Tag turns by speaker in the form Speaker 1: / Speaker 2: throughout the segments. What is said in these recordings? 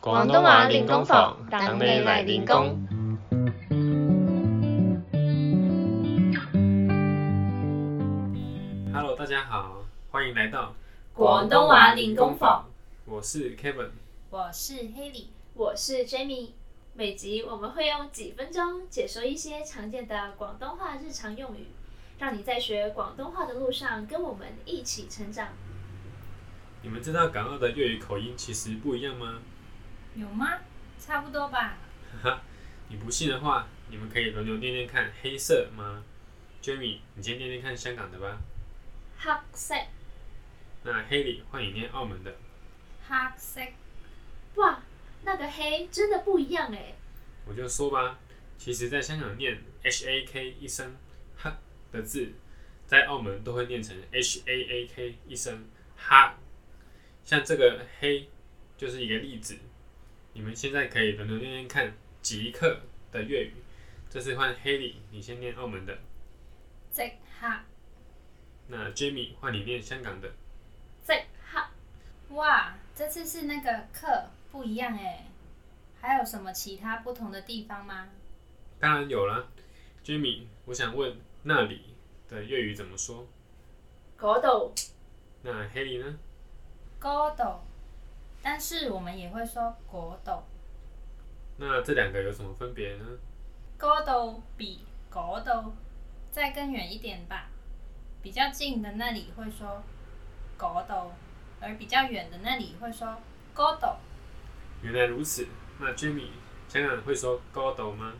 Speaker 1: 广东话练功房，等你嚟练功。
Speaker 2: Hello，大家好，欢迎来到
Speaker 3: 广东话练功房，
Speaker 2: 我是 Kevin。
Speaker 3: 我是 Haley，
Speaker 1: 我是 Jamie。每集我们会用几分钟解说一些常见的广东话日常用语，让你在学广东话的路上跟我们一起成长。
Speaker 2: 你们知道港澳的粤语口音其实不一样吗？
Speaker 3: 有吗？差不多吧。
Speaker 2: 你不信的话，你们可以轮流念念看黑色吗？Jamie，你先念念看香港的吧。
Speaker 1: 黑色，
Speaker 2: 那 Haley 换你念澳门的。
Speaker 3: 黑色，
Speaker 1: 哇，那个黑真的不一样欸诶。
Speaker 2: 我就说吧，其实在香港念 H A K 一声“哈”的字，在澳门都会念成 H A A K 一声“哈”。像这个“黑”就是一个例子。你们现在可以轮流念念看极客的粤语，这次换 Haley，你先念澳门的，
Speaker 3: 即黑。
Speaker 2: 那 Jamie 换你念香港的。
Speaker 1: 即黑，
Speaker 3: 哇，这次是那个课不一样哎。还有什么其他不同的地方吗？
Speaker 2: 当然有啦，Jamie，我想问那里的粤语怎么说？
Speaker 1: 嗰度，
Speaker 2: 那 Haley 呢？
Speaker 3: 嗰度，但是我们也会说嗰度。
Speaker 2: 那这两个有什么分别呢？
Speaker 3: 嗰度比嗰度再更远一点吧。比较近的那里会说嗰度，而比较远的那里会说嗰度。
Speaker 2: 原来如此。那 Jamie，香港人会说高斗吗？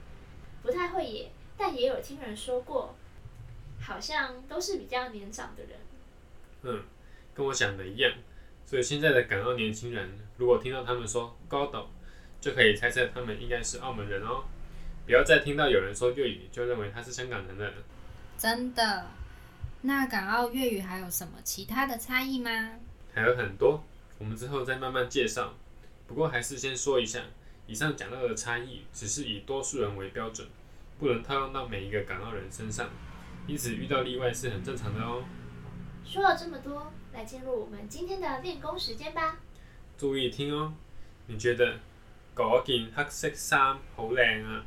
Speaker 1: 不太会耶，但也有听人说过，好像都是比较年长的人。
Speaker 2: 嗯，跟我想的一样。所以现在的港澳年轻人，如果听到他们说高斗，就可以猜测他们应该是澳门人哦。不要再听到有人说粤语就认为他是香港人了。
Speaker 3: 真的？那港澳粤语还有什么其他的差异吗？
Speaker 2: 还有很多，我们之后再慢慢介绍。不过还是先说一下，以上讲到的差异只是以多数人为标准，不能套用到每一个港澳人身上，因此遇到例外是很正常的哦。
Speaker 1: 说了这么多，来进入我们今天的练功时间吧。
Speaker 2: 注意聽哦。你覺得嗰件黑色衫好靚啊？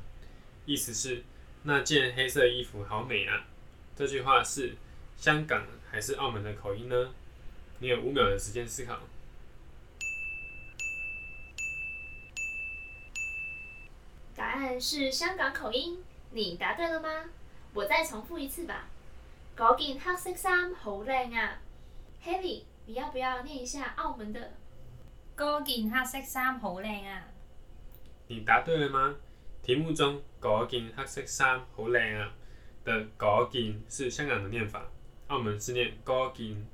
Speaker 2: 意思是那件黑色衣服好美啊。这句話是香港還是澳門的口音呢？你有五秒的時間思考。
Speaker 1: 答案是香港口音，你答对了吗？我再重复一次吧。嗰件黑色衫好靚啊，Haley，你要不要念一下澳门的？
Speaker 3: 嗰件黑色衫好靚啊！
Speaker 2: 你答對了嗎？題目中嗰件黑色衫好靚啊的嗰件是香港的念法，澳門是念嗰件，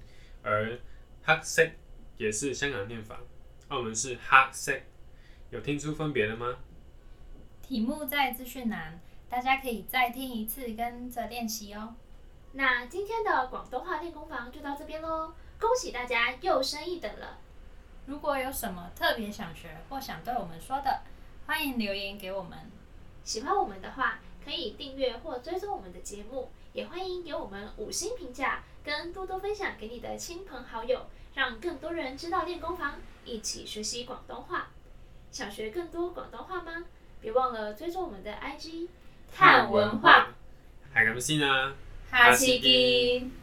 Speaker 2: 而黑色也是香港的念法，澳門是黑色。有聽出分別了嗎？
Speaker 3: 题目在资讯栏，大家可以再听一次，跟着练习哦。
Speaker 1: 那今天的广东话练功房就到这边喽，恭喜大家又升一等了。
Speaker 3: 如果有什么特别想学或想对我们说的，欢迎留言给我们。
Speaker 1: 喜欢我们的话，可以订阅或追踪我们的节目，也欢迎给我们五星评价，跟多多分享给你的亲朋好友，让更多人知道练功房，一起学习广东话。想学更多广东话吗？别忘了追踪我们的 IG，
Speaker 2: 探文化，係咁先啦。
Speaker 3: 下
Speaker 2: 次見。